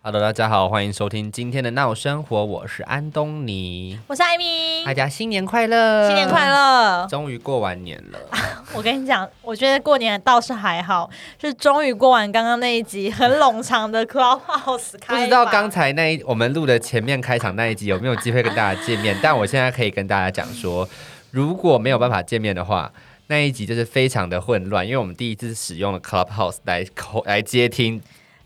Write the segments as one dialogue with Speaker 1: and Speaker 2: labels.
Speaker 1: Hello，大家好，欢迎收听今天的闹生活，我是安东尼，
Speaker 2: 我是艾米
Speaker 1: 大，家新年快乐，
Speaker 2: 新年快！乐！
Speaker 1: 终于过完年了，
Speaker 2: 我跟你讲，我觉得过年倒是还好，是终于过完刚刚那一集很冗长的 Clubhouse 开
Speaker 1: 不
Speaker 2: 吧。
Speaker 1: 知道刚才那一我们录的前面开场那一集有没有机会跟大家见面， 但我现在可以跟大家讲说，如果没有办法见面的话。那一集就是非常的混乱，因为我们第一次使用了 Clubhouse 来扣来接听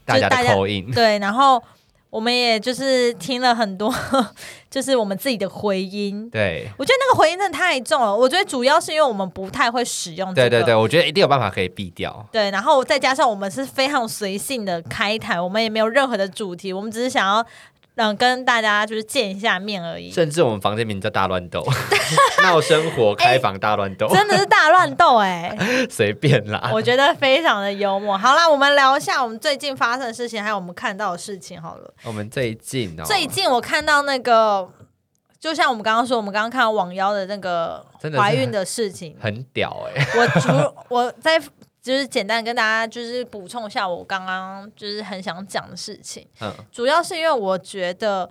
Speaker 1: 大家的
Speaker 2: 就是大家
Speaker 1: 扣音，
Speaker 2: 对，然后我们也就是听了很多， 就是我们自己的回音。
Speaker 1: 对
Speaker 2: 我觉得那个回音真的太重了，我觉得主要是因为我们不太会使用、这
Speaker 1: 对
Speaker 2: 个。
Speaker 1: 对对，我觉得一定有办法可以避掉。
Speaker 2: 对，然后再加上我们是非常随性的开台，我们也没有任何的主题，我们只是想要嗯、跟大家就是见一下面而已，
Speaker 1: 甚至我们房间名叫大乱 斗，闹生活开房大乱斗，
Speaker 2: 真的是大乱斗哎、
Speaker 1: 随便啦。
Speaker 2: 我觉得非常的幽默。好啦，我们聊一下我们最近发生的事情，还有我们看到的事情好了。
Speaker 1: 我们最近哦，
Speaker 2: 最近我看到那个，就像我们刚刚说，我们刚刚看到网妖的那个
Speaker 1: 真的是
Speaker 2: 怀孕的 事情，
Speaker 1: 很屌哎、
Speaker 2: 我主我在就是简单跟大家就是补充一下我刚刚就是很想讲的事情。
Speaker 1: 嗯，
Speaker 2: 主要是因为我觉得，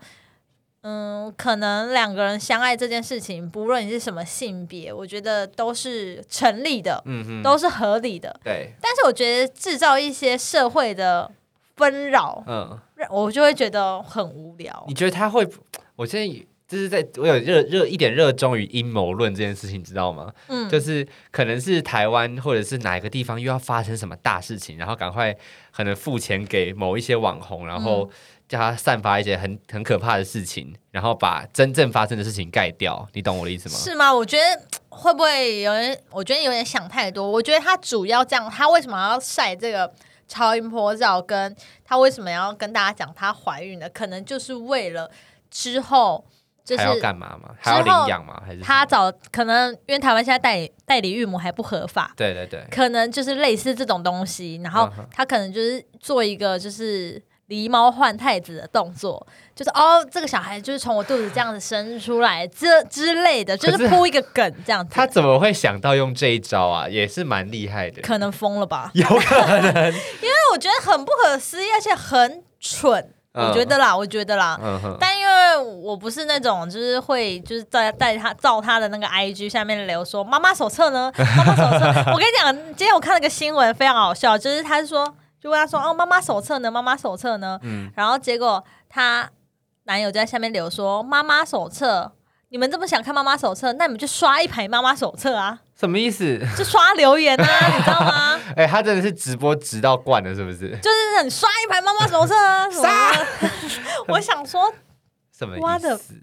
Speaker 2: 嗯，可能两个人相爱这件事情，不论你是什么性别，我觉得都是成立的，
Speaker 1: 嗯哼，
Speaker 2: 都是合理的。
Speaker 1: 对，
Speaker 2: 但是我觉得制造一些社会的纷扰，
Speaker 1: 嗯，
Speaker 2: 让我就会觉得很无聊
Speaker 1: 你。觉得他会？我现在就是在我有热热一点热衷于阴谋论这件事情，你知道吗？
Speaker 2: 嗯，
Speaker 1: 就是可能是台湾或者是哪一个地方又要发生什么大事情，然后赶快可能付钱给某一些网红，然后
Speaker 2: 嗯
Speaker 1: 叫他散发一些很很可怕的事情，然后把真正发生的事情盖掉，你懂我的意思吗？
Speaker 2: 是吗？我觉得会不会有人？我觉得有点想太多。我觉得他主要这样，他为什么要晒这个超音波照？跟他为什么要跟大家讲她怀孕了？可能就是为了之后就
Speaker 1: 还要
Speaker 2: 是
Speaker 1: 干嘛吗？还要领养吗？还是
Speaker 2: 他
Speaker 1: 他？
Speaker 2: 找可能因为台湾现在代理代理孕母还不合法，
Speaker 1: 对对对，
Speaker 2: 可能就是类似这种东西，然后
Speaker 1: 嗯哼
Speaker 2: 他可能就是做一个就是狸猫换太子的动作，就是哦，这个小孩就是从我肚子这样子生出来，这之类的，就
Speaker 1: 可是
Speaker 2: 是铺一个梗这样子。
Speaker 1: 他怎么会想到用这一招啊？也是蛮厉害的，
Speaker 2: 可能疯了吧？
Speaker 1: 有可能。
Speaker 2: 但我觉得很不可思议，而且很蠢。
Speaker 1: 嗯
Speaker 2: 我觉得啦，我觉得啦。
Speaker 1: 嗯哼，
Speaker 2: 但因为我不是那种就是会就是在在他照他的那个 IG 下面留说妈妈手册呢，妈妈手册。我跟你讲，今天我看了个新闻，非常好笑，就是他说就问他说哦妈妈手册呢，妈妈手册呢，
Speaker 1: 嗯
Speaker 2: 然后结果她男友就在下面留说妈妈手册。你们这么想看妈妈手册，那你们就刷一排妈妈手册啊，
Speaker 1: 什么意思？
Speaker 2: 就刷留言啊，你知道吗？
Speaker 1: 哎、他真的是直播直到惯了，是不是？
Speaker 2: 就是你刷一排妈妈手册啊，什么的？ 我想说
Speaker 1: 什么
Speaker 2: 哇
Speaker 1: 意
Speaker 2: 的
Speaker 1: 思？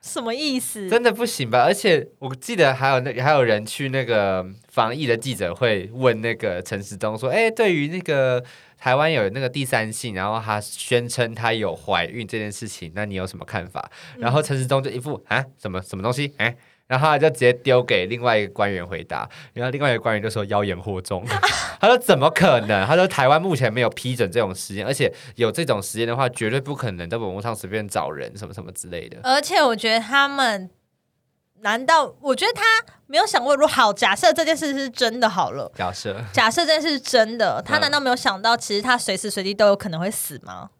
Speaker 2: 什么意思？
Speaker 1: 真的不行吧？而且我记得还有那还有人去那个防疫的记者会问那个陈时中说：“哎、对于那个台湾有那个第三性，然后他宣称他有怀孕这件事情，那你有什么看法？”然后陈时中就一副啊什么什么东西哎、然后他就直接丢给另外一个官员回答，然后另外一个官员就说妖言惑众， 他说怎么可能？他说台湾目前没有批准这种实验，而且有这种实验的话，绝对不可能在网络上随便找人什么什么之类的。
Speaker 2: 而且我觉得他们，难道我觉得他没有想过？如果好，假设这件事是真的好了，
Speaker 1: 假设
Speaker 2: 假设这件事是真的，他
Speaker 1: 嗯
Speaker 2: 难道没有想到，其实他随时随地都有可能会死吗？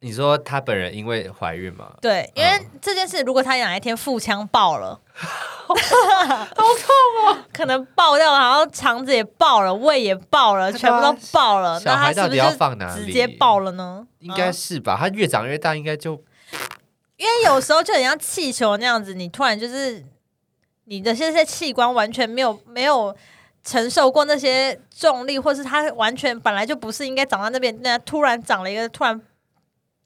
Speaker 1: 你说她本人因为怀孕吗？
Speaker 2: 对，因
Speaker 1: 嗯
Speaker 2: 为这件事，如果他哪一天腹腔 爆了，好痛哦！ 可能爆掉了，然后肠子也爆了，胃也爆了，
Speaker 1: 对啊
Speaker 2: 全部都爆了。
Speaker 1: 小
Speaker 2: 那
Speaker 1: 孩
Speaker 2: 他
Speaker 1: 到
Speaker 2: 是
Speaker 1: 底
Speaker 2: 不
Speaker 1: 要
Speaker 2: 是
Speaker 1: 放哪里？
Speaker 2: 直接爆了呢？
Speaker 1: 应该
Speaker 2: 啊
Speaker 1: 是吧？她越长越大，应该就
Speaker 2: 因为有时候就很像气球那样子，你突然就是你的这些器官完全没有没有承受过那些重力，或是它完全本来就不是应该长到那边，那突然长了一个突然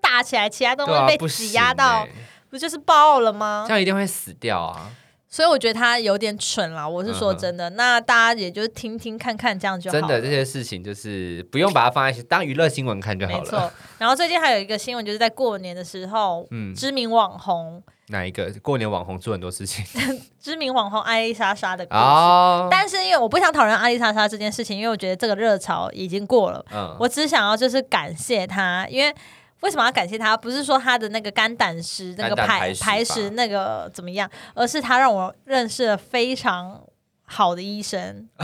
Speaker 2: 大起来，其他东
Speaker 1: 对啊，
Speaker 2: 西被
Speaker 1: 不
Speaker 2: 挤压
Speaker 1: 行
Speaker 2: 到，嗯
Speaker 1: 欸
Speaker 2: 不就是爆了吗
Speaker 1: 这？样一定会死掉啊！
Speaker 2: 所以我觉得他有点蠢啦，我是说真的。那大家也就是听听看看，这样就
Speaker 1: 嗯
Speaker 2: 好
Speaker 1: 真的，
Speaker 2: 了
Speaker 1: 这些事情就是不用把它放在一起，当娱乐新闻看就好
Speaker 2: 没
Speaker 1: 了。
Speaker 2: 错。然后最近还有一个新闻，就是在过年的时候，
Speaker 1: 嗯，
Speaker 2: 知名网红、
Speaker 1: 哪一个过年网红做很多事 情
Speaker 2: 知名网红艾丽莎莎的故事。
Speaker 1: 哦，
Speaker 2: 但是因为我不想讨论阿丽莎莎这件事情，因为我觉得这个热潮已经过了。
Speaker 1: 嗯，
Speaker 2: 我只想要就是感谢她，因为为什么要感谢她？不是说她的那个肝胆石那个
Speaker 1: 肝胆
Speaker 2: 排
Speaker 1: 排石
Speaker 2: 排
Speaker 1: 法
Speaker 2: 石那个怎么样，而是她让我认识了非常好的 医生。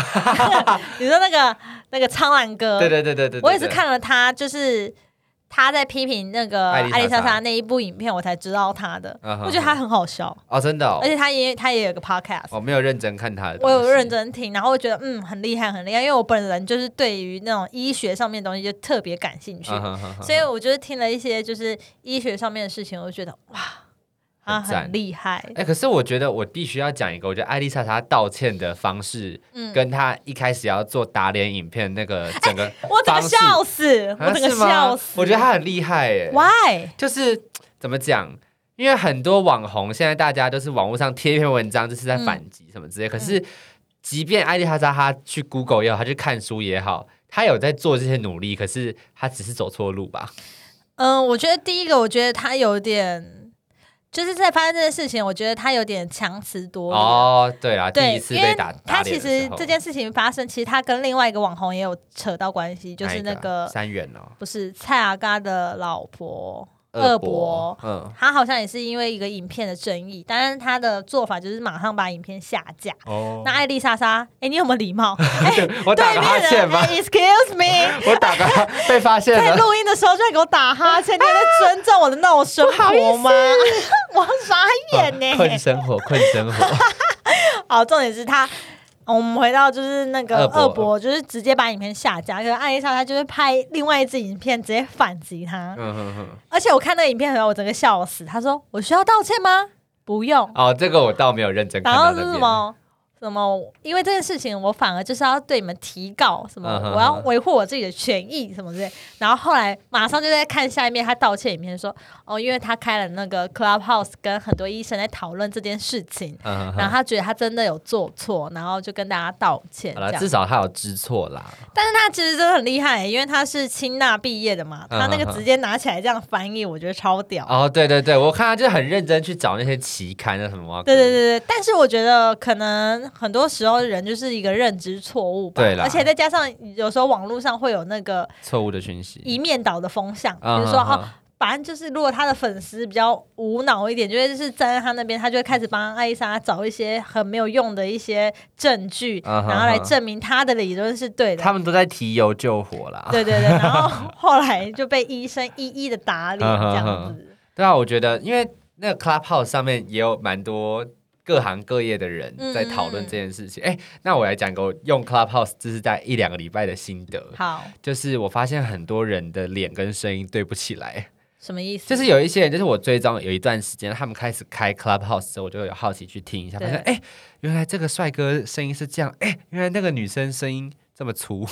Speaker 2: 你说那个那个苍兰哥，
Speaker 1: 对对对对对，对
Speaker 2: 我也是，看了他就是他在批评那个
Speaker 1: 艾丽莎
Speaker 2: 艾丽莎
Speaker 1: 莎
Speaker 2: 莎那一部影片，我才知道他的。
Speaker 1: 嗯哼
Speaker 2: 我觉得他很好笑，
Speaker 1: 哦，真的哦
Speaker 2: 而，且他也他也有个 podcast，
Speaker 1: 我没有认真看他的，嗯
Speaker 2: 我有认，真听，然后我觉得嗯很厉害很厉害，因为我本人就是对于那种医学上面的东西就特别感兴趣，
Speaker 1: 嗯哼哼哼
Speaker 2: 所以我就是听了一些就是医学上面的事情，我就觉得哇，他
Speaker 1: 很赞
Speaker 2: 很厉害，
Speaker 1: 哎、可是我觉得我必须要讲一个，我觉得艾丽莎莎道歉的方式，
Speaker 2: 嗯，，
Speaker 1: 跟她一开始要做打脸影片那个整个
Speaker 2: 我整个
Speaker 1: 方式
Speaker 2: 笑死，我
Speaker 1: 啊
Speaker 2: 整个
Speaker 1: 是吗
Speaker 2: 笑死，
Speaker 1: 我觉得她很厉害耶，
Speaker 2: why
Speaker 1: 就是怎么讲？因为很多网红现在大家都是网络上贴一篇文章，就是在反击什么
Speaker 2: 嗯
Speaker 1: 之类。可是，即便艾丽莎莎她去 Google 也好，她去看书也好，她有在做这些努力，可是她只是走错路吧？
Speaker 2: 嗯，我觉得第一个，我觉得他有点，就是在发生这件事情，我觉得他有点强词夺理。
Speaker 1: 哦，对啊，第一
Speaker 2: 对，
Speaker 1: 次
Speaker 2: 因
Speaker 1: 被
Speaker 2: 为
Speaker 1: 打
Speaker 2: 他
Speaker 1: 打
Speaker 2: 其
Speaker 1: 脸的
Speaker 2: 实
Speaker 1: 时候
Speaker 2: 这件事情发生，其实他跟另外一个网红也有扯到关系，就
Speaker 1: 哪
Speaker 2: 是
Speaker 1: 一
Speaker 2: 那
Speaker 1: 啊
Speaker 2: 个
Speaker 1: 三元哦，
Speaker 2: 不是蔡阿嘎的老婆，恶博
Speaker 1: 恶，嗯，
Speaker 2: 她好像也是因为一个影片的争议，当然她的做法就是马上把影片下架。
Speaker 1: 哦
Speaker 2: 那艾丽莎莎，哎、你有没有礼貌？哎、
Speaker 1: 我打
Speaker 2: 对
Speaker 1: 个哈
Speaker 2: 面
Speaker 1: 欠
Speaker 2: 人、
Speaker 1: 吧，
Speaker 2: 哎 excuse me，
Speaker 1: 我打个哈被发现
Speaker 2: 在
Speaker 1: 了，
Speaker 2: 录音的时候就在给我打哈欠，你有在尊重我的那 种生活吗？ 我傻眼呢、
Speaker 1: 困生活，困生活，
Speaker 2: 好，重点是他。我们回到就是那个
Speaker 1: 恶博
Speaker 2: 恶博，就是直接把影片下架。可是艾丽莎她就是拍另外一支影片，直接反击他。
Speaker 1: 嗯哼哼，
Speaker 2: 而且我看那个影片，我整个笑死。他说：“我需要道歉吗？不用。
Speaker 1: 哦，这个我倒没有认真看
Speaker 2: 然
Speaker 1: 到
Speaker 2: 后
Speaker 1: 那
Speaker 2: 是什
Speaker 1: 边，
Speaker 2: 么什么？因为这件事情，我反而就是要对你们提告，什么、
Speaker 1: 嗯哼
Speaker 2: 我要
Speaker 1: 哼
Speaker 2: 维护我自己的权益什么之类。然后后来马上就在看下一面，他道歉影片说，哦，因为他开了那个 Clubhouse，跟很多医生在讨论这件事情，
Speaker 1: 嗯哼
Speaker 2: 然
Speaker 1: 哼，
Speaker 2: 后他觉得他真的有做错，然后就跟大家道歉
Speaker 1: 好
Speaker 2: 这
Speaker 1: 了，
Speaker 2: 样
Speaker 1: 至。少他有知错啦，
Speaker 2: 但是他其实真的很厉害、因为他是清大毕业的嘛，
Speaker 1: 嗯
Speaker 2: 他那个
Speaker 1: 哼哼
Speaker 2: 直接拿起来这样翻译，我觉得超屌。
Speaker 1: 哦，对对对，我看他就很认真去找那些期刊啊什么，
Speaker 2: 对对对对，但是我觉得可能很多时候人就是一个认知错误吧，
Speaker 1: 对啦
Speaker 2: 而且再加上有时候网络上会有那个
Speaker 1: 错误的讯息，
Speaker 2: 一面倒的风向，比
Speaker 1: 嗯
Speaker 2: 如说
Speaker 1: 哼
Speaker 2: 哦，
Speaker 1: 哼
Speaker 2: 反正就是如果他的粉丝比较无脑一点，就会就是站在他那边，他就会开始帮艾丽莎找一些很没有用的一些证据，
Speaker 1: 嗯哼
Speaker 2: 然后来
Speaker 1: 哼
Speaker 2: 证明他的理论是对的。
Speaker 1: 他们都在提油救火啦，
Speaker 2: 对对对，然后后来就被医生一一的打脸，
Speaker 1: 嗯哼
Speaker 2: 这样
Speaker 1: 哼
Speaker 2: 子。
Speaker 1: 对啊，我觉得因为那个 Clubhouse 上面也有蛮多各行各业的人
Speaker 2: 嗯
Speaker 1: 在讨论这件事情。哎、那我来讲个我用 Clubhouse 就是在一两个礼拜的心得，
Speaker 2: 好，
Speaker 1: 就是我发现很多人的脸跟声音对不起来，
Speaker 2: 什么意思？
Speaker 1: 就是有一些人，就是我追踪有一段时间，他们开始开 Clubhouse 之后，我就有好奇去听一下，发
Speaker 2: 对
Speaker 1: 现哎、原来这个帅哥声音是这样，哎、原来那个女生声音这么粗，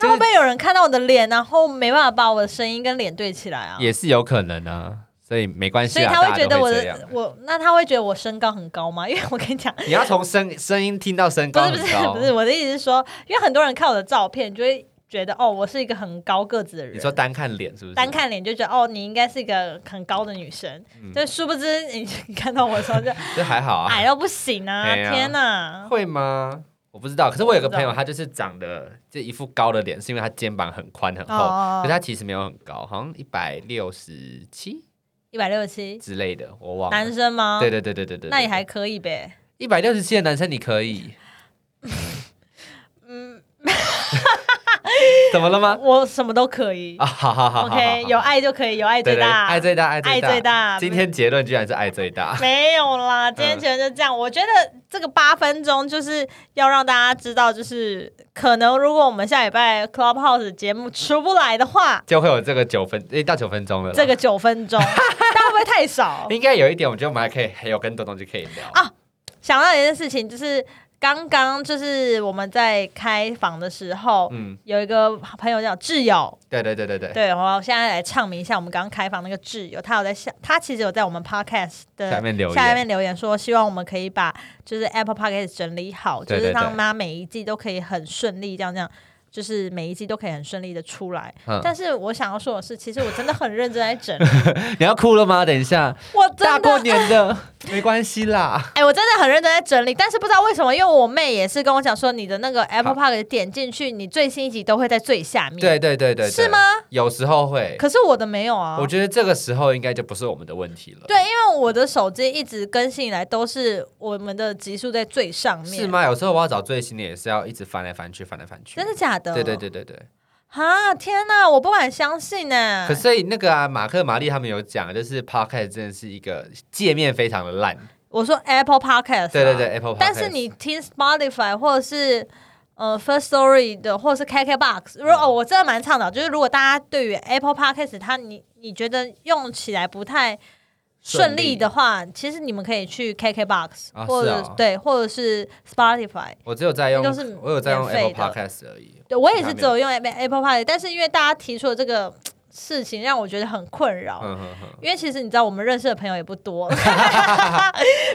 Speaker 2: 那会不会有人看到我的脸，然后没办法把我的声音跟脸对起来啊？
Speaker 1: 也是有可能啊。所以没关系
Speaker 2: 所以
Speaker 1: 啊，
Speaker 2: 他
Speaker 1: 大
Speaker 2: 会
Speaker 1: 家
Speaker 2: 觉
Speaker 1: 都
Speaker 2: 得我
Speaker 1: 会这样。
Speaker 2: 的我，那他会觉得我身高很高吗？因为 我跟你讲，
Speaker 1: 你要从声声音听到身
Speaker 2: 不
Speaker 1: 高很
Speaker 2: 是 不是
Speaker 1: 高
Speaker 2: 不是，我的意思是说，因为很多人看我的照片就会觉得哦，我是一个很高个子的人。
Speaker 1: 你说单看脸是不是？
Speaker 2: 单看脸就觉得哦，你应该是一个很高的女生，
Speaker 1: 嗯
Speaker 2: 就殊不知你你看到我的时 候就
Speaker 1: 这还好啊，
Speaker 2: 矮到不行啊！
Speaker 1: 哎呀
Speaker 2: 天哪，
Speaker 1: 会吗？我不知道。可是我有个朋
Speaker 2: 我
Speaker 1: 友，
Speaker 2: 不知道
Speaker 1: 他就是长得这一副高的脸，是因为他肩膀很宽很厚，
Speaker 2: 哦
Speaker 1: 可是他其实没有很高，好像一百六十七
Speaker 2: 一百六十七，
Speaker 1: 之类的，我忘了
Speaker 2: 男。生吗？
Speaker 1: 哦对对对对对对，
Speaker 2: 那也还可以呗。
Speaker 1: 一百六十七的男生你可 以，嗯， 怎么了吗？
Speaker 2: 我什么都可以
Speaker 1: 啊，好好好好好
Speaker 2: OK，有爱就可以，有爱
Speaker 1: 对
Speaker 2: 最
Speaker 1: 对，
Speaker 2: 大，
Speaker 1: 爱最大，爱
Speaker 2: 爱最大
Speaker 1: 今天结论居然是爱最 大，
Speaker 2: 没有啦，今天觉得就这样。我觉得这个八分钟就是要让大家知道，就是可能如果我们下礼拜 Clubhouse 节目出不来的话，
Speaker 1: 就会有这个九分，诶，到九分钟了啦。
Speaker 2: 这个九分 钟，但会不会太少？
Speaker 1: 应该有一点，我觉得我们还可以还有更多东西可以聊
Speaker 2: 啊想到一件事情，就是刚刚就是我们在开房的时候，
Speaker 1: 嗯，
Speaker 2: 有一个朋友叫挚友，
Speaker 1: 对对对对对，
Speaker 2: 对，我现在来唱名一下我们刚刚开房那个挚友，他有在下，他其实有在我们 podcast 的
Speaker 1: 下面留言
Speaker 2: 下面留言说，希望我们可以把就是 Apple podcast 整理好，
Speaker 1: 对
Speaker 2: 就是
Speaker 1: 对对
Speaker 2: 让妈每一季都可以很顺利，这样这样。就是每一季都可以很顺利的出来，
Speaker 1: 嗯
Speaker 2: 但是我想要说的是，其实我真的很认真 在整理，
Speaker 1: 你要哭了吗？等一下，
Speaker 2: 我真
Speaker 1: 大
Speaker 2: 的
Speaker 1: 过年 的，没关系啦。
Speaker 2: 哎、我真的很认真在整理，但是不知道为什么，因为我妹也是跟我讲说，你的那个 Apple
Speaker 1: 好
Speaker 2: Park 点进去，你最新一集都会在最下面，
Speaker 1: 啊对对对对，对
Speaker 2: 是吗？？
Speaker 1: 有时候会，
Speaker 2: 可是我的没有啊，
Speaker 1: 我觉得这个时候应该就不是我们的问题了，
Speaker 2: 对，因为我的手机一直更新以来都是我们的集数在最上面，
Speaker 1: 是？吗？有时候我要找最新的，也是要一直翻来翻去，翻来翻去
Speaker 2: 真。的假的？
Speaker 1: 对对。对对对，
Speaker 2: 啊，天哪，我不敢相信呢、
Speaker 1: 可所以那个啊，马克、玛丽他们有讲，就是 Podcast 真的是一个界面非常的烂。
Speaker 2: 我说 Apple Podcast，、啊、
Speaker 1: 对对对，Apple Podcast。
Speaker 2: 但是你听 Spotify 或者是呃 First Story 的，或者是 KKBox，如果、
Speaker 1: 嗯
Speaker 2: 哦、我真的蛮倡导，就是如果大家对于 Apple Podcast 它你你觉得用起来不太顺利的话，其实你们可以去 KKBox、
Speaker 1: 啊
Speaker 2: 或者
Speaker 1: 是哦
Speaker 2: 对，或者是 Spotify。
Speaker 1: 我只有在用
Speaker 2: 都是，
Speaker 1: 我有在用
Speaker 2: 免费
Speaker 1: Apple
Speaker 2: 的
Speaker 1: Podcast 而已。
Speaker 2: 对我也
Speaker 1: 其他
Speaker 2: 是
Speaker 1: 没
Speaker 2: 只有用 Apple Apple Podcast，但是因为大家提出的这个事情让我觉得很困扰，
Speaker 1: 嗯哼哼，
Speaker 2: 因为其实你知道，我们认识的朋友也 不多，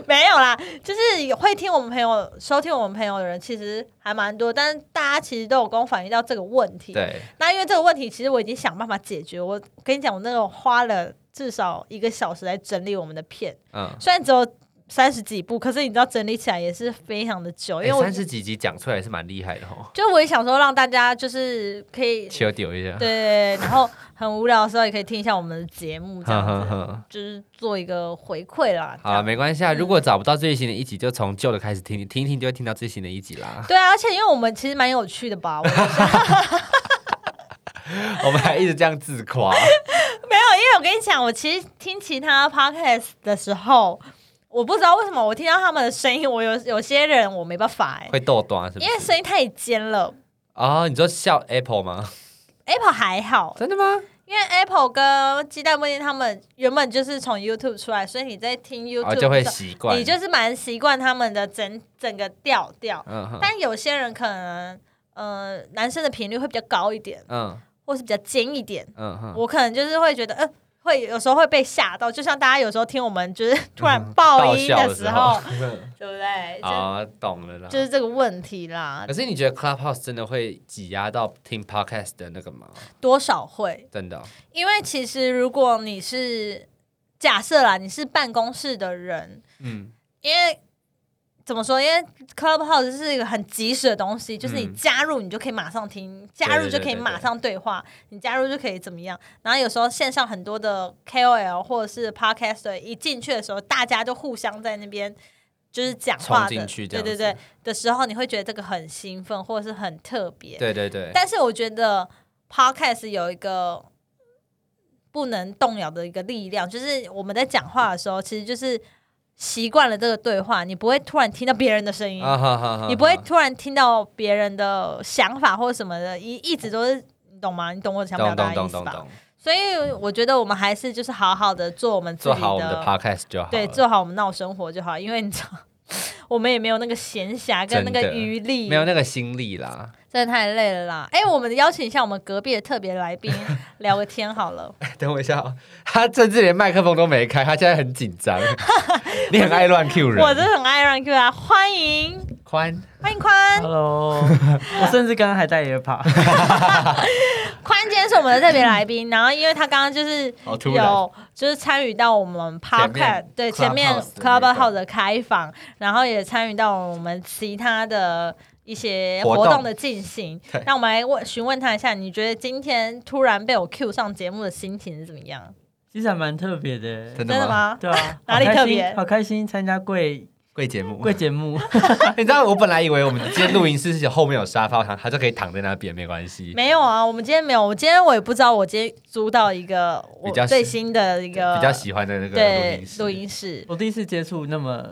Speaker 2: 没有啦，就是会听我们朋友、收听我们朋友的人，其实还蛮多。但是大家其实都有跟我反映到这个问题。
Speaker 1: 对，
Speaker 2: 那因为这个问题，其实我已经想办法解决。我跟你讲，我那个花了至少一个小时来整理我们的片，
Speaker 1: 嗯。
Speaker 2: 虽然只有三十几部，可是你知道整理起来也是非常的久，因为
Speaker 1: 哎
Speaker 2: 我
Speaker 1: 三十几集讲出来也是蛮厉害的哦，
Speaker 2: 就我也想说让大家就是可 以
Speaker 1: 求丢一下。
Speaker 2: 对，然后很无聊的时候也可以听一下我们的节目，这
Speaker 1: 哼
Speaker 2: 样
Speaker 1: 哼
Speaker 2: 子嗯
Speaker 1: 哼，
Speaker 2: 就是做一个回馈啦。这
Speaker 1: 好了，
Speaker 2: 样
Speaker 1: 没关系啊。如果找不到最新的一集，就从旧的开始听，听一听就会听到最新的一集啦。
Speaker 2: 对啊，而且因为我们其实蛮有趣的吧，我 没有，
Speaker 1: 我们还一直这样自夸，
Speaker 2: 因为我跟你讲，我其实听其他 podcast 的时候，我不知道为什么我听到他们的声音，我有有些人我没办法哎、
Speaker 1: 会逗短是不
Speaker 2: 因为
Speaker 1: 是？
Speaker 2: 声音太尖了。
Speaker 1: 哦，你说笑 Apple 吗？
Speaker 2: Apple 还好，
Speaker 1: 真的吗？
Speaker 2: 因为 Apple 跟鸡蛋布丁他们原本就是从 YouTube 出来，所以你在听 YouTube
Speaker 1: 哦，就会
Speaker 2: 的时
Speaker 1: 习
Speaker 2: 候
Speaker 1: 惯。
Speaker 2: 你就是蛮习惯他们的整整个调调。
Speaker 1: 嗯哼
Speaker 2: 但有些人可能，呃，男生的频率会比较高一点，
Speaker 1: 嗯
Speaker 2: 或是比较尖一点。
Speaker 1: 嗯哼，
Speaker 2: 我可能就是会觉得，呃，会有时候会被吓到，就像大家有时候听我们就是突然爆
Speaker 1: 爆
Speaker 2: 音
Speaker 1: 笑的
Speaker 2: 时
Speaker 1: 时
Speaker 2: 候，
Speaker 1: 候
Speaker 2: 对不 对？就、
Speaker 1: 啊，懂了啦。
Speaker 2: 就是这个问题啦
Speaker 1: 可，是你觉得 Clubhouse 真的会挤压到听 Podcast 的那个吗？
Speaker 2: 多少会，
Speaker 1: 真的哦？
Speaker 2: 因为其实如果你是假设啦，你是办公室的人，
Speaker 1: 嗯，
Speaker 2: 因为。怎么说？因为 Clubhouse 是一个很及时的东西，就是你
Speaker 1: 嗯
Speaker 2: 加入你就可以马上听，加入就可以马上对话，你加入就可以怎么样。然后有时候线上很多的 KOL 或者是 Podcaster 一进去的时候，大家就互相在那边就是讲话
Speaker 1: 冲
Speaker 2: 的，
Speaker 1: 进去这
Speaker 2: 对
Speaker 1: 样子
Speaker 2: 对对的时候，你会觉得这个很兴奋或者是很特别。
Speaker 1: 对对对，
Speaker 2: 但是我觉得 podcast 有一个不能动摇的一个力量，就是我们在讲话的时候，其实就是习惯了这个对话，你不会突然听到别人的声音，
Speaker 1: 啊哈哈哈，
Speaker 2: 你不会突然听到别人的想法或什么的，一一直都是。你懂吗？你懂我想表
Speaker 1: 懂懂
Speaker 2: 达的意
Speaker 1: 懂
Speaker 2: 思
Speaker 1: 懂
Speaker 2: 吧？
Speaker 1: 懂，
Speaker 2: 所以我觉得我们还是就是好好的做我们自
Speaker 1: 做
Speaker 2: 己
Speaker 1: 好我们的 Podcast 就好了。
Speaker 2: 对，做好我们闹生活就好，因为你知道， 我们也没有那个闲暇跟那
Speaker 1: 真
Speaker 2: 个
Speaker 1: 的
Speaker 2: 余力，
Speaker 1: 没有那个心力啦。
Speaker 2: 真的太累了啦！哎、我们邀请一下我们隔壁的特别 来宾聊个天好了。
Speaker 1: 等我一下哦，他甚至连麦克风都没开，他现在很紧 张。你很爱乱 Q 人，
Speaker 2: 我真的很爱让 Q 啊，欢迎
Speaker 1: 宽
Speaker 2: 欢迎宽
Speaker 3: Hello，我甚至刚刚还戴 AirPod，
Speaker 2: 宽，今天是我们的特别来宾。然后因为他刚刚就是
Speaker 1: 好哦突然
Speaker 2: 有就是参与到我们 p o
Speaker 1: 前
Speaker 2: d
Speaker 1: 面
Speaker 2: c a t 对前面
Speaker 1: Clubhouse 的
Speaker 2: c l
Speaker 1: 那个
Speaker 2: u b h o u s e 的开房，然后也参与到我们其他的。一些
Speaker 1: 活
Speaker 2: 活
Speaker 1: 动
Speaker 2: 动的进行
Speaker 1: 对，
Speaker 2: 那我们来问询问他一下，你觉得今天突然被我 Q 上节目的心情是怎么样？
Speaker 3: 其实还蛮特别的。
Speaker 1: 真
Speaker 2: 真的
Speaker 1: 的吗？
Speaker 2: 吗？
Speaker 3: 对啊，
Speaker 2: 哪里
Speaker 3: 好开心
Speaker 2: 特别
Speaker 3: 好开心参加贵
Speaker 1: 贵节目，
Speaker 3: 贵节目，
Speaker 1: 你知道我本来以为我们今天录音室是有后面有沙发，他他就可以躺在那边，没关系，
Speaker 2: 没有啊，我们今天没有。我今天我也不知道，我今天租到一个我
Speaker 1: 比较
Speaker 2: 最新的一个
Speaker 1: 比较喜欢的那个录
Speaker 2: 对
Speaker 1: 音室
Speaker 2: 录音室
Speaker 3: 我第一次接触那么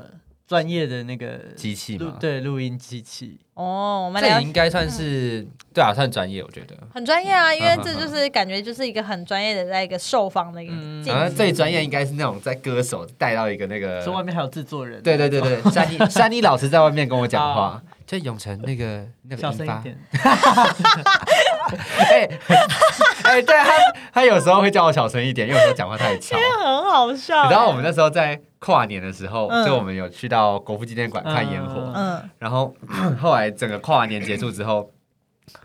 Speaker 3: 专业的那个
Speaker 1: 机器
Speaker 3: 录
Speaker 1: 嘛。
Speaker 3: 对录音机器，
Speaker 2: 哦。我们
Speaker 1: 这
Speaker 2: 聊
Speaker 1: 也应该算是对啊，算专业，我觉得。
Speaker 2: 很专业啊，因为
Speaker 1: 嗯嗯
Speaker 2: 这
Speaker 1: 嗯
Speaker 2: 就是感觉就是一个很专业的在一个受访的一个
Speaker 3: 嗯
Speaker 2: 进
Speaker 1: 好像
Speaker 2: 行。
Speaker 1: 最专业应该是那种在歌手带到一个那个
Speaker 3: 说外面还有制作人，
Speaker 1: 呃对对对对，山妮山妮老师在外面跟我讲话
Speaker 3: 啊，
Speaker 1: 就永成那个那个
Speaker 3: 小
Speaker 1: 音
Speaker 3: 声
Speaker 1: 发
Speaker 3: 一，点，
Speaker 1: 哎哎，对他他有时候会叫我小声一点，因为有时候讲话太 吵。
Speaker 2: 这很好笑欸
Speaker 1: 你知道我们那时候在跨年的时候，
Speaker 2: 嗯
Speaker 1: 就我们有去到国父纪念馆看烟火，
Speaker 2: 嗯
Speaker 1: 然后 后来整个跨完年结束之后，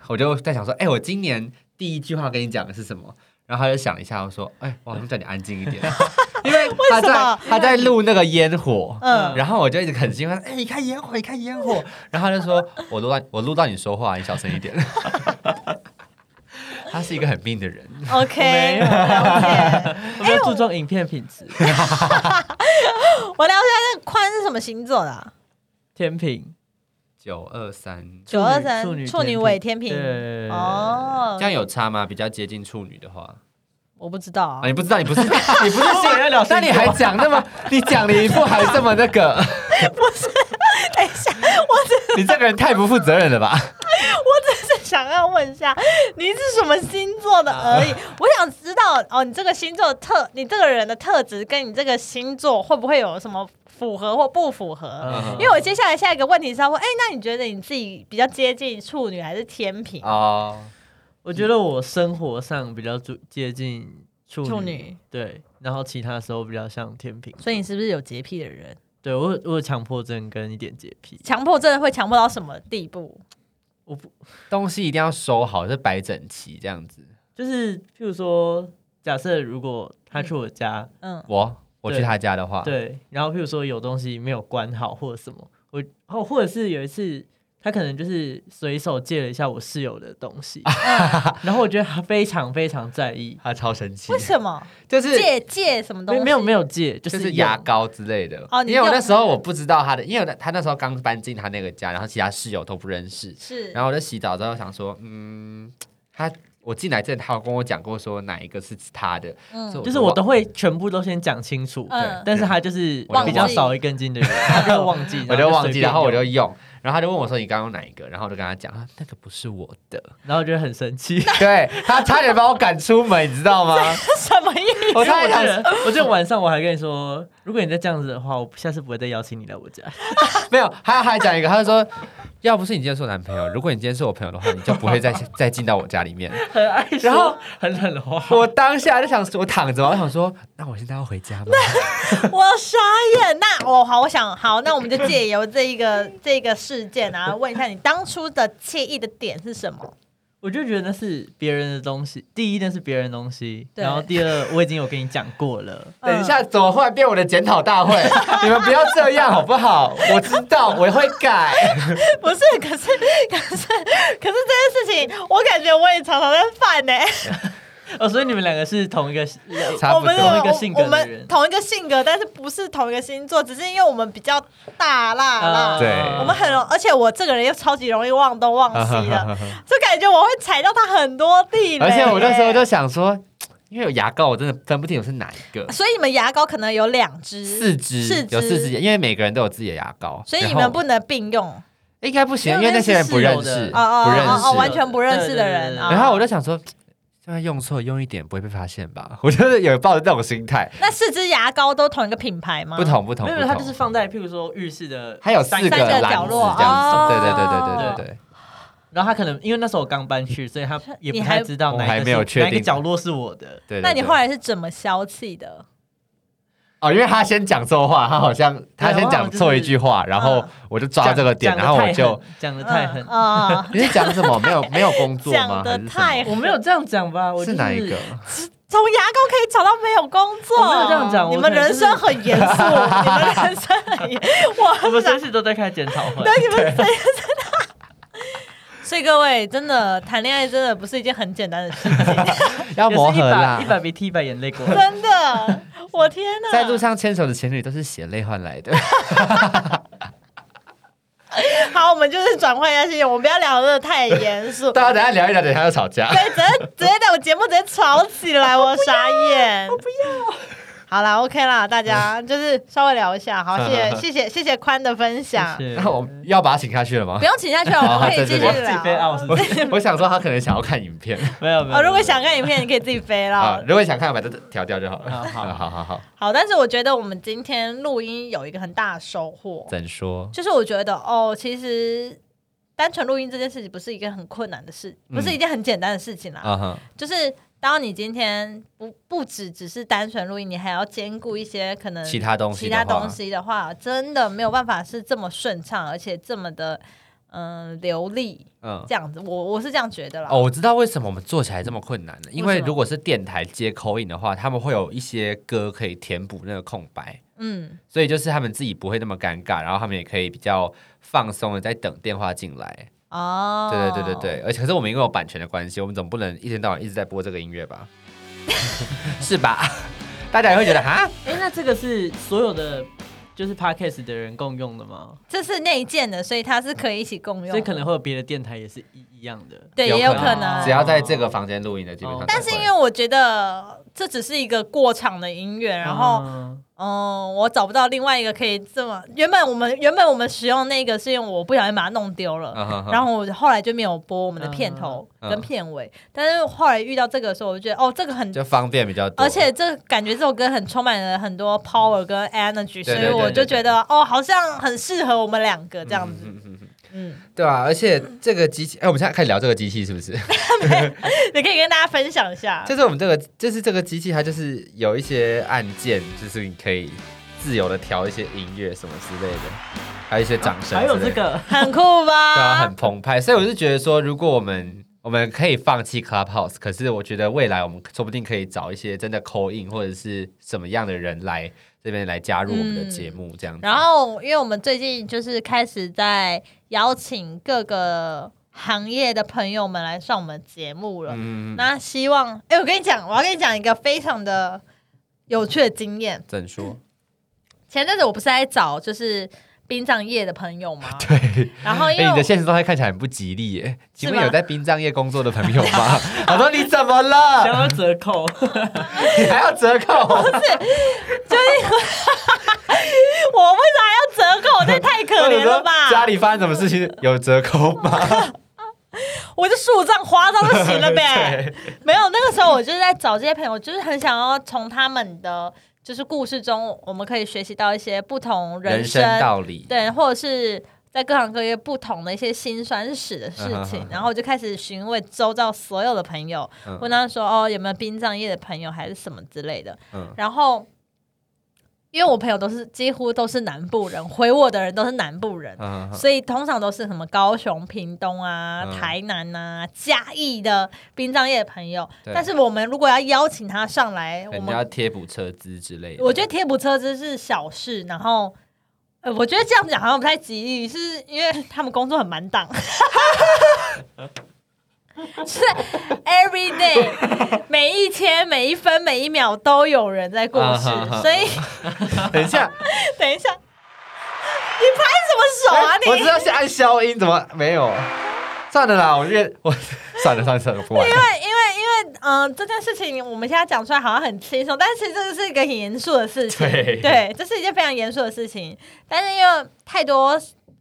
Speaker 1: 我就在想说，哎、我今年第一句话跟你讲的是什么？然后他就想了一下，我说，哎、我好像叫你安静一点， 因为他
Speaker 2: 为什么
Speaker 1: 在他在录那个烟火。
Speaker 2: 嗯，
Speaker 1: 然后我就一直很兴奋，哎、你看烟火，你看烟火。然后他就说，我录到我录到你说话，你小声一点。 他是一个很命的人，
Speaker 2: OK，
Speaker 3: 没有
Speaker 2: 了解。
Speaker 1: 哎
Speaker 3: 我比较注重影片品质，
Speaker 2: 我聊一下那个宽是什么星座的啊？
Speaker 3: 天平，
Speaker 1: 九二三，
Speaker 2: 九二三
Speaker 3: 处女
Speaker 2: 处女
Speaker 3: 天
Speaker 2: 尾
Speaker 3: 平
Speaker 2: 天平
Speaker 3: 对
Speaker 2: 哦
Speaker 1: 这，样有差吗？比较接近处女的话，
Speaker 2: 我不知道啊
Speaker 1: 啊，，你不知道，你不是你不是
Speaker 3: 我
Speaker 1: 新
Speaker 3: 们要聊
Speaker 1: 但
Speaker 3: 星
Speaker 1: 你
Speaker 3: 座
Speaker 1: 还讲那么，你讲了一副还这么那个，
Speaker 2: 等一下，
Speaker 1: 你这个人太不负责任了吧？
Speaker 2: 我只是想要问一下，你是什么星座的而已。
Speaker 3: 啊
Speaker 2: 我想知道哦，你这个星座特，你这个人的特质跟你这个星座会不会有什么符合或不符合？
Speaker 1: 嗯
Speaker 3: 嗯
Speaker 2: 因为我接下来下一个问题是要问，哎、那你觉得你自己比较接近处女还是天平？
Speaker 3: 啊
Speaker 1: 哦，
Speaker 3: 我觉得我生活上比较注接近处女，
Speaker 2: 处女
Speaker 3: 对，然后其他时候比较像天平，
Speaker 2: 所以你是不是有洁癖的人？
Speaker 3: 对我有我有强迫症跟一点洁癖，
Speaker 2: 强迫症会强迫到什么地步？
Speaker 3: 我不
Speaker 1: 东西一定要收好，是摆整齐这样子。
Speaker 3: 就是譬如说，假设如果他去我家，
Speaker 2: 嗯，
Speaker 1: 我我去
Speaker 3: 对
Speaker 1: 他家的话，
Speaker 3: 对，然后譬如说有东西没有关好或者什么，我或或者是有一次。他可能就是随手借了一下我室友的东西，
Speaker 1: 啊
Speaker 3: 然后我觉得他非常非常在意，
Speaker 1: 他超生气
Speaker 2: 为，什么
Speaker 1: 就是
Speaker 2: 借借什么东
Speaker 3: 没
Speaker 2: 西？
Speaker 3: 没有没有借，就
Speaker 1: 就是是牙
Speaker 3: 用
Speaker 1: 膏之类的。
Speaker 2: 哦你
Speaker 1: 因为我
Speaker 2: 用
Speaker 1: 那时候我不知道他的，因为我那他那时候刚搬进他那个家，然后其他室友都不认识。
Speaker 2: 是，
Speaker 1: 然后我就洗澡之后想说，嗯，他我进来之前他有跟我讲过说哪一个是他的，所以
Speaker 2: 嗯
Speaker 3: 就是我都会全部都先讲清楚，
Speaker 2: 嗯
Speaker 3: 但是他就是
Speaker 1: 呃忘记
Speaker 3: 比较少一根筋的人，他就忘记，
Speaker 1: 我就忘记，然后我就
Speaker 3: 随便用
Speaker 1: 用，然后他就问我说你刚刚用哪一个，然后我就跟他讲，啊那个不是我的，
Speaker 3: 然后就很生气，
Speaker 1: 对他差点把我赶出门，你知道 吗？
Speaker 2: 什么意思？
Speaker 1: 我
Speaker 3: 因为
Speaker 1: 差
Speaker 3: 我
Speaker 1: 点
Speaker 3: 这
Speaker 1: 想
Speaker 3: 人，我这晚上我还跟你说，如果你再这样子的话，我下次不会再邀请你来我家。
Speaker 1: 没有，他还讲一个，他就说，要不是你今天是我男朋友，如果你今天是我朋友的话，你就不会再再进到我家 里面。
Speaker 3: 很爱说，
Speaker 1: 然后
Speaker 3: 很狠的话，
Speaker 1: 我当下就想说，我躺着嘛，我想说，那我现在要回家吗？
Speaker 3: 嗯
Speaker 2: 我傻眼。那我好，我想好，那我们就借由这一 个这个事件啊，问一下你当初的惬意的点是什么？
Speaker 3: 我就觉得那是别人的东西，第一那是别人的东西，
Speaker 2: 对
Speaker 3: 然后第二我已经有跟你讲过了，
Speaker 1: 等一
Speaker 2: 嗯
Speaker 1: 下，怎么忽然变我的检讨大会？你们不要这样好不好？我知道我会 改。
Speaker 2: 不是，可是可是可是这件事情，我感觉我也常常在犯呢、 欸
Speaker 3: 哦，所以你们两个是同一个，
Speaker 1: 差
Speaker 2: 我
Speaker 1: 不
Speaker 2: 们
Speaker 1: 多
Speaker 3: 同一个性格
Speaker 2: 我
Speaker 3: 的人
Speaker 2: 们同一个性格，但是不是同一个星座，只是因为我们比较大辣辣。
Speaker 3: 啊
Speaker 1: 对
Speaker 2: 我们很容，而且我这个人又超级容易忘 东忘西的，就感觉我会踩到他很多地雷。
Speaker 1: 啊而且我那时候就，想说，因为有牙膏，我真的分不清我是哪一个，
Speaker 2: 所以你们牙膏可能有两支，
Speaker 1: 四支
Speaker 2: 四支
Speaker 1: 有四支，因为每个人都有自己的牙膏，
Speaker 2: 所以你
Speaker 1: 然
Speaker 2: 们
Speaker 1: 后
Speaker 2: 不能并用。
Speaker 1: 应该不行，
Speaker 3: 没
Speaker 1: 因
Speaker 3: 有
Speaker 1: 为那些人不认
Speaker 3: 那是室
Speaker 1: 识，
Speaker 3: 友
Speaker 1: 不
Speaker 3: 的
Speaker 2: 哦
Speaker 1: 认
Speaker 2: 哦哦
Speaker 1: 识。
Speaker 2: 完全不认识的人
Speaker 3: 对对对对
Speaker 2: 啊
Speaker 3: 对
Speaker 1: 然后我就想说，现在用错用一点不会被发现吧？ 我觉得有抱着这种心态，
Speaker 2: 那四支牙膏都同一个品牌吗？
Speaker 1: 不。同不同
Speaker 3: 没有，
Speaker 1: 不
Speaker 3: 没有它就是
Speaker 1: 同。
Speaker 3: 放在譬如说浴室的，
Speaker 1: 它有四
Speaker 3: 三
Speaker 2: 个
Speaker 1: 篮子这
Speaker 2: 角
Speaker 1: 样
Speaker 2: 落哦
Speaker 1: 子，对对对对对对对。
Speaker 3: 然后他可能因为那时候我刚搬去，所以他也
Speaker 2: 你
Speaker 3: 不
Speaker 2: 还
Speaker 3: 太知道
Speaker 1: 我
Speaker 3: 哪一
Speaker 1: 还
Speaker 3: 个
Speaker 1: 没有
Speaker 3: 是
Speaker 1: 确
Speaker 3: 哪一
Speaker 1: 定
Speaker 3: 个角落是我的。
Speaker 1: 对，
Speaker 2: 那你
Speaker 1: 对
Speaker 2: 后来是怎么消气的？
Speaker 1: 哦，因为他先讲错话，他好像他先讲错一句话，然
Speaker 2: 嗯
Speaker 1: 后我就抓这个点，
Speaker 3: 讲
Speaker 1: 然后我就
Speaker 3: 讲的太狠，
Speaker 2: 啊！
Speaker 1: 你是讲什么？没有没有工作吗？还
Speaker 2: 讲的
Speaker 1: 是什
Speaker 2: 太
Speaker 1: 么？
Speaker 2: 狠
Speaker 3: 我没有这样 讲吧？我就是
Speaker 1: 哪一个？？
Speaker 2: 从牙膏可以找到没有工作，
Speaker 3: 哦我没有这样讲我
Speaker 2: 你们
Speaker 3: 可能
Speaker 2: 人
Speaker 3: 就是
Speaker 2: 生很严 肃，你们人生很严，我
Speaker 3: 我们随时都在开检讨 会。
Speaker 2: 对你们谁真的？ 所以各位，真的谈恋爱真的不是一件很简单的 事情，
Speaker 1: 要磨合啦
Speaker 3: 一。百鼻涕一百眼泪过来。
Speaker 2: 真的，我天哪！
Speaker 1: 在路上牵手的情侣都是血泪换 来的。
Speaker 2: 好，我们就是转换一下心情，我们不要聊的太严肃。
Speaker 1: 大家啊等一下聊一聊，等一下就吵架。
Speaker 2: 对，直接直接在我节目直接吵起来，我傻眼。我不要。好啦 o k 啦，大家就是稍微聊一下，好，谢谢谢谢谢谢宽的分享，
Speaker 3: 谢谢
Speaker 1: 那我嗯要把他请下去了吗
Speaker 2: 不？用请下去了，我们可以继
Speaker 1: 好
Speaker 2: 续
Speaker 3: 好自己飞
Speaker 2: 聊。
Speaker 3: 奥是不是
Speaker 1: 我想说他可能想要看影片
Speaker 3: 没有没有。
Speaker 2: 哦，如果想看影片，你可以自己飞
Speaker 1: 啊
Speaker 2: 啦，。
Speaker 1: 如果想看，把它调掉就好了。
Speaker 3: 好好
Speaker 1: 啊 好好好，
Speaker 2: 好，但是我觉得我们今天录音有一个很大的收获，
Speaker 1: 怎说？
Speaker 2: 就是我觉得哦，其实单纯录音这件事情不是一件很困难的事，不是一件很简单的事情啦。
Speaker 1: 啊哈，
Speaker 2: 就是当你今天不不只只是单纯录音，你还要兼顾一些可能
Speaker 1: 其他东西
Speaker 2: 其
Speaker 1: 的话，
Speaker 2: 他东西的话，真的没有办法是这么顺畅，而且这么的嗯、流利
Speaker 1: 嗯。
Speaker 2: 这样子。我我是这样觉得啦。
Speaker 1: 哦，我知道为什么我们做起来这么困难了，因
Speaker 2: 为
Speaker 1: 为
Speaker 2: 什么
Speaker 1: 如果是电台接口音的话，他们会有一些歌可以填补那个空白，
Speaker 2: 嗯，
Speaker 1: 所以就是他们自己不会那么尴尬，然后他们也可以比较放松的在等电话进来。
Speaker 2: 哦，
Speaker 1: 对对对对对，而且可是我们因为有版权的关系，我们总不能一天到晚一直在播这个音乐 吧？ 是吧？大家也会觉得哈，
Speaker 3: 哎，那这个是所有的就是 podcast 的人共用的吗？
Speaker 2: 这是内建的，所以它是可以一起共用的，
Speaker 3: 所以可能会啊有别的电台也是一一样的。
Speaker 2: 对，也
Speaker 1: 有
Speaker 2: 有可能
Speaker 1: 只。要在这个房间录音的，基本上
Speaker 3: 哦
Speaker 1: 都会。
Speaker 2: 但是因为我觉得这只是一个过场的音乐，然后
Speaker 3: 嗯
Speaker 2: 嗯，我找不到另外一个可以这么。原本我们原本我们使用那个是因为我不小心把它弄丢了，
Speaker 1: 嗯哼哼
Speaker 2: 然后我后来就没有播我们的片头
Speaker 1: 嗯
Speaker 2: 跟片尾。但是后来遇到这个的时候，我就觉得哦，这个很。
Speaker 1: 就方便比较多，
Speaker 2: 而且这感觉这首歌很充满了很多 power 跟 energy，所
Speaker 1: 对对
Speaker 2: 以我就
Speaker 1: 对对
Speaker 2: 觉得哦，好像很适合我们两个这样子。
Speaker 1: 嗯嗯嗯
Speaker 2: 嗯，
Speaker 1: 对啊，而且这个机器，哎，我们现在开始聊这个机器是不 是？
Speaker 2: 你可以跟大家分享一下。
Speaker 1: 就是我们这个，就是这个机器，它就是有一些按键，就是你可以自由的调一些音乐什么之类的，还有一些掌声、
Speaker 3: 啊还有这，个，
Speaker 2: 很酷
Speaker 1: 对啊，
Speaker 2: 吧
Speaker 1: 很？澎湃。所以我是觉得说，如果我们我们可以放弃 Clubhouse，可是我觉得未来我们说不定可以找一些真的 call in 或者是什么样的人来这边来加入我们的节目，这样子。
Speaker 2: 嗯然后，因为我们最近就是开始在邀请各个行业的朋友们来上我们节目了。
Speaker 1: 嗯，
Speaker 2: 那希望，哎、我跟你讲，我要跟你讲一个非常的有趣的经验。
Speaker 1: 怎说？
Speaker 2: 前阵子我不是在找就是殡葬业的朋友 吗？对。然后因
Speaker 1: 哎、
Speaker 2: 为
Speaker 1: 你
Speaker 2: 我
Speaker 1: 的现实状态看起来很不吉利耶，请问
Speaker 2: 吗
Speaker 1: 有在殡葬业工作的朋友 吗？我说你怎么了？
Speaker 3: 想要折扣，
Speaker 1: 你还要折扣？
Speaker 2: 我为啥要折扣？这也太可 怜 了吧！
Speaker 1: 家里发生什么事情有折扣吗？
Speaker 2: 我就树葬花葬就行了 呗。没有，那个时候我就是在找这些朋友，就是很想要从他们的就是故事中，我们可以学习到一些不同人生，
Speaker 1: 道理，
Speaker 2: 对，或者是在各行各业不同的一些辛酸史的事情。
Speaker 1: 嗯哼
Speaker 2: 然后我就开始询问周遭所有的 朋友，
Speaker 1: 嗯
Speaker 2: 问他说哦有没有殡葬业的朋友还是什么之类的。
Speaker 1: 嗯，
Speaker 2: 然后因为我朋友都是几乎都是南部人，回我的人都是南部人。
Speaker 1: 嗯
Speaker 2: 所以通常都是什么高雄、屏东啊、
Speaker 1: 嗯
Speaker 2: 台南啊、嘉义的殡葬业的朋友，
Speaker 1: 对
Speaker 2: 但是我们如果要邀请他上来，
Speaker 1: 可
Speaker 2: 我
Speaker 1: 能要
Speaker 2: 们
Speaker 1: 贴补车资之类的。
Speaker 2: 我觉得贴补车资是小事，然后。呃，我觉得这样讲好像不太吉利，是因为他们工作很满档， 是 every day 每一天每一分每一秒都有人在过世，
Speaker 1: 啊哈哈
Speaker 2: 所以
Speaker 1: 等一下，
Speaker 2: 等一下，你拍什么手啊
Speaker 1: 哎
Speaker 2: 你？
Speaker 1: 我知道是按消音，怎么没有？算了啦，我越 我算了算了算了，不玩了。
Speaker 2: 因为因为嗯、呃这件事情我们现在讲出来好像很轻松，但是其实这个是一个很严肃的事情，
Speaker 1: 对
Speaker 2: 这是一件非常严肃的事情。但是因为太多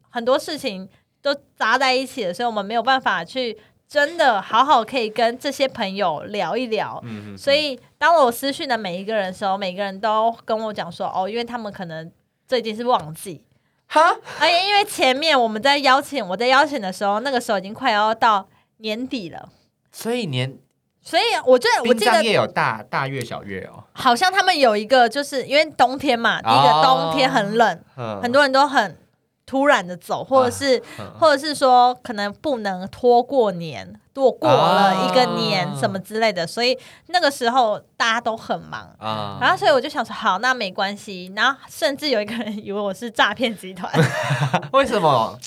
Speaker 2: 很多事情都杂在一起了，所以我们没有办法去真的好好可以跟这些朋友聊一聊。
Speaker 1: 嗯，嗯
Speaker 2: 所以当我私讯的每一个人的时候，每个人都跟我讲说，哦，因为他们可能最近是旺季，
Speaker 1: 哈，
Speaker 2: 而且因为前面我们在邀请，我在邀请的时候，那个时候已经快要到年底了。
Speaker 1: 所以年
Speaker 2: 所以我觉得，我
Speaker 1: 殡
Speaker 2: 记得
Speaker 1: 葬业有大大月小月哦，
Speaker 2: 好像他们有一个，就是因为冬天嘛，第一个
Speaker 1: 哦
Speaker 2: 冬天很冷，
Speaker 1: 嗯
Speaker 2: 很多人都很突然的走，或者是、
Speaker 1: 嗯
Speaker 2: 或者是说可能不能拖过年，躲过了一个年
Speaker 1: 哦
Speaker 2: 什么之类的，所以那个时候大家都很忙。
Speaker 1: 啊
Speaker 2: 然后，所以我就想说，好，那没关系。然后，甚至有一个人以为我是诈骗集 团，那
Speaker 1: 啊为什么？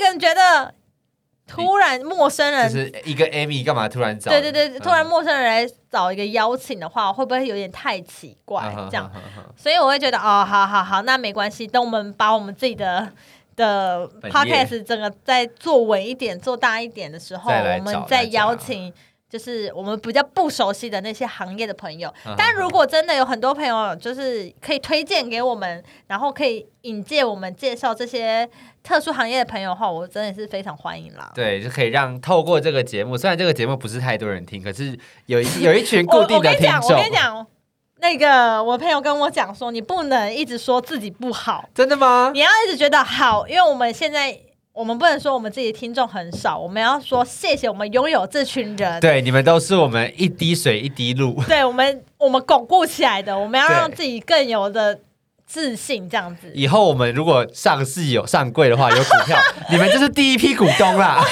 Speaker 2: 个人觉得突然陌生
Speaker 1: 就
Speaker 2: 人
Speaker 1: 是一个 Amy 干嘛突然找你？
Speaker 2: 嗯
Speaker 1: 嗯
Speaker 2: 对对对，突然陌生人来找一个邀请的话，会不会有点太奇怪？这样，
Speaker 1: 嗯，嗯嗯嗯嗯
Speaker 2: 所以我会觉得哦，好好好，那没关系，等我们把我们自己的的
Speaker 1: 本业
Speaker 2: podcast 整个再做稳一点、做大一点的时候，
Speaker 1: 再来
Speaker 2: 我
Speaker 1: 找
Speaker 2: 们
Speaker 1: 大
Speaker 2: 再
Speaker 1: 家
Speaker 2: 邀请。就是我们比较不熟悉的那些行业的朋友，
Speaker 1: 嗯
Speaker 2: 但如果真的有很多朋友，就是可以推荐给我们，然后可以引荐我们介绍这些特殊行业的朋友的话，我真的是非常欢迎啦。
Speaker 1: 对，就可以让透过这个节目，虽然这个节目不是太多人听，可是有一有一群固定的听
Speaker 2: 我我
Speaker 1: 众
Speaker 2: 跟你讲，我跟你。讲，那个我朋友跟我讲说，你不能一直说自己不好，
Speaker 1: 真的 吗？
Speaker 2: 你要一直觉得好，因为我们现在我们不能说我们自己的听众很少，我们要说谢谢我们拥有这群人，
Speaker 1: 对，你们都是我们一滴水一滴露。
Speaker 2: 对我们我们巩固起来的，我们要
Speaker 1: 对
Speaker 2: 让自己更有的自信，这样子。
Speaker 1: 以后我们如果上市有上柜的话，有股 票，你们就是第一批股东啦。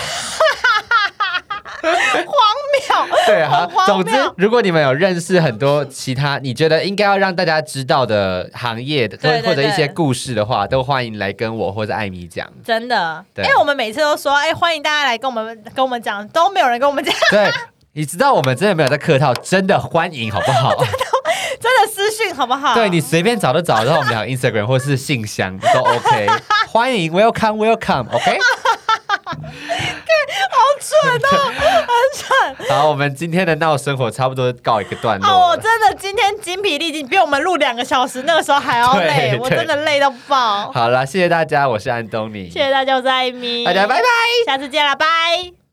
Speaker 2: 荒谬，
Speaker 1: 对啊
Speaker 2: 很，荒
Speaker 1: 总之
Speaker 2: 谬，
Speaker 1: 如果你们有认识很多其他你觉得应该要让大家知道的行业的，
Speaker 2: 对对
Speaker 1: 或者一些
Speaker 2: 对
Speaker 1: 故事的话，都欢迎来跟我或者艾米讲。
Speaker 2: 真的。因
Speaker 1: 对
Speaker 2: 为我们每次都说，哎、欢迎大家来跟我们跟我们讲，都没有人跟我们讲，
Speaker 1: 对，你知道我们真的没有在客套，真的欢迎好不好？
Speaker 2: 真的私私讯好不好？
Speaker 1: 对你随便找都找得到我们俩 Instagram 或是信箱都 OK，欢迎 Welcome Welcome OK。好蠢哦，很蠢。好，我们今天的闹生活差不多告一个段落
Speaker 2: 哦，
Speaker 1: 了。
Speaker 2: 我真的今天精疲力尽，比我们录两个小时那个时候还要累
Speaker 1: 对，
Speaker 2: 我
Speaker 1: 对
Speaker 2: 真的累到爆。
Speaker 1: 好啦，谢谢大家，我是安东尼，
Speaker 2: 谢谢大家，我是艾米，
Speaker 1: 大家，拜拜。
Speaker 2: 下次见啦，拜。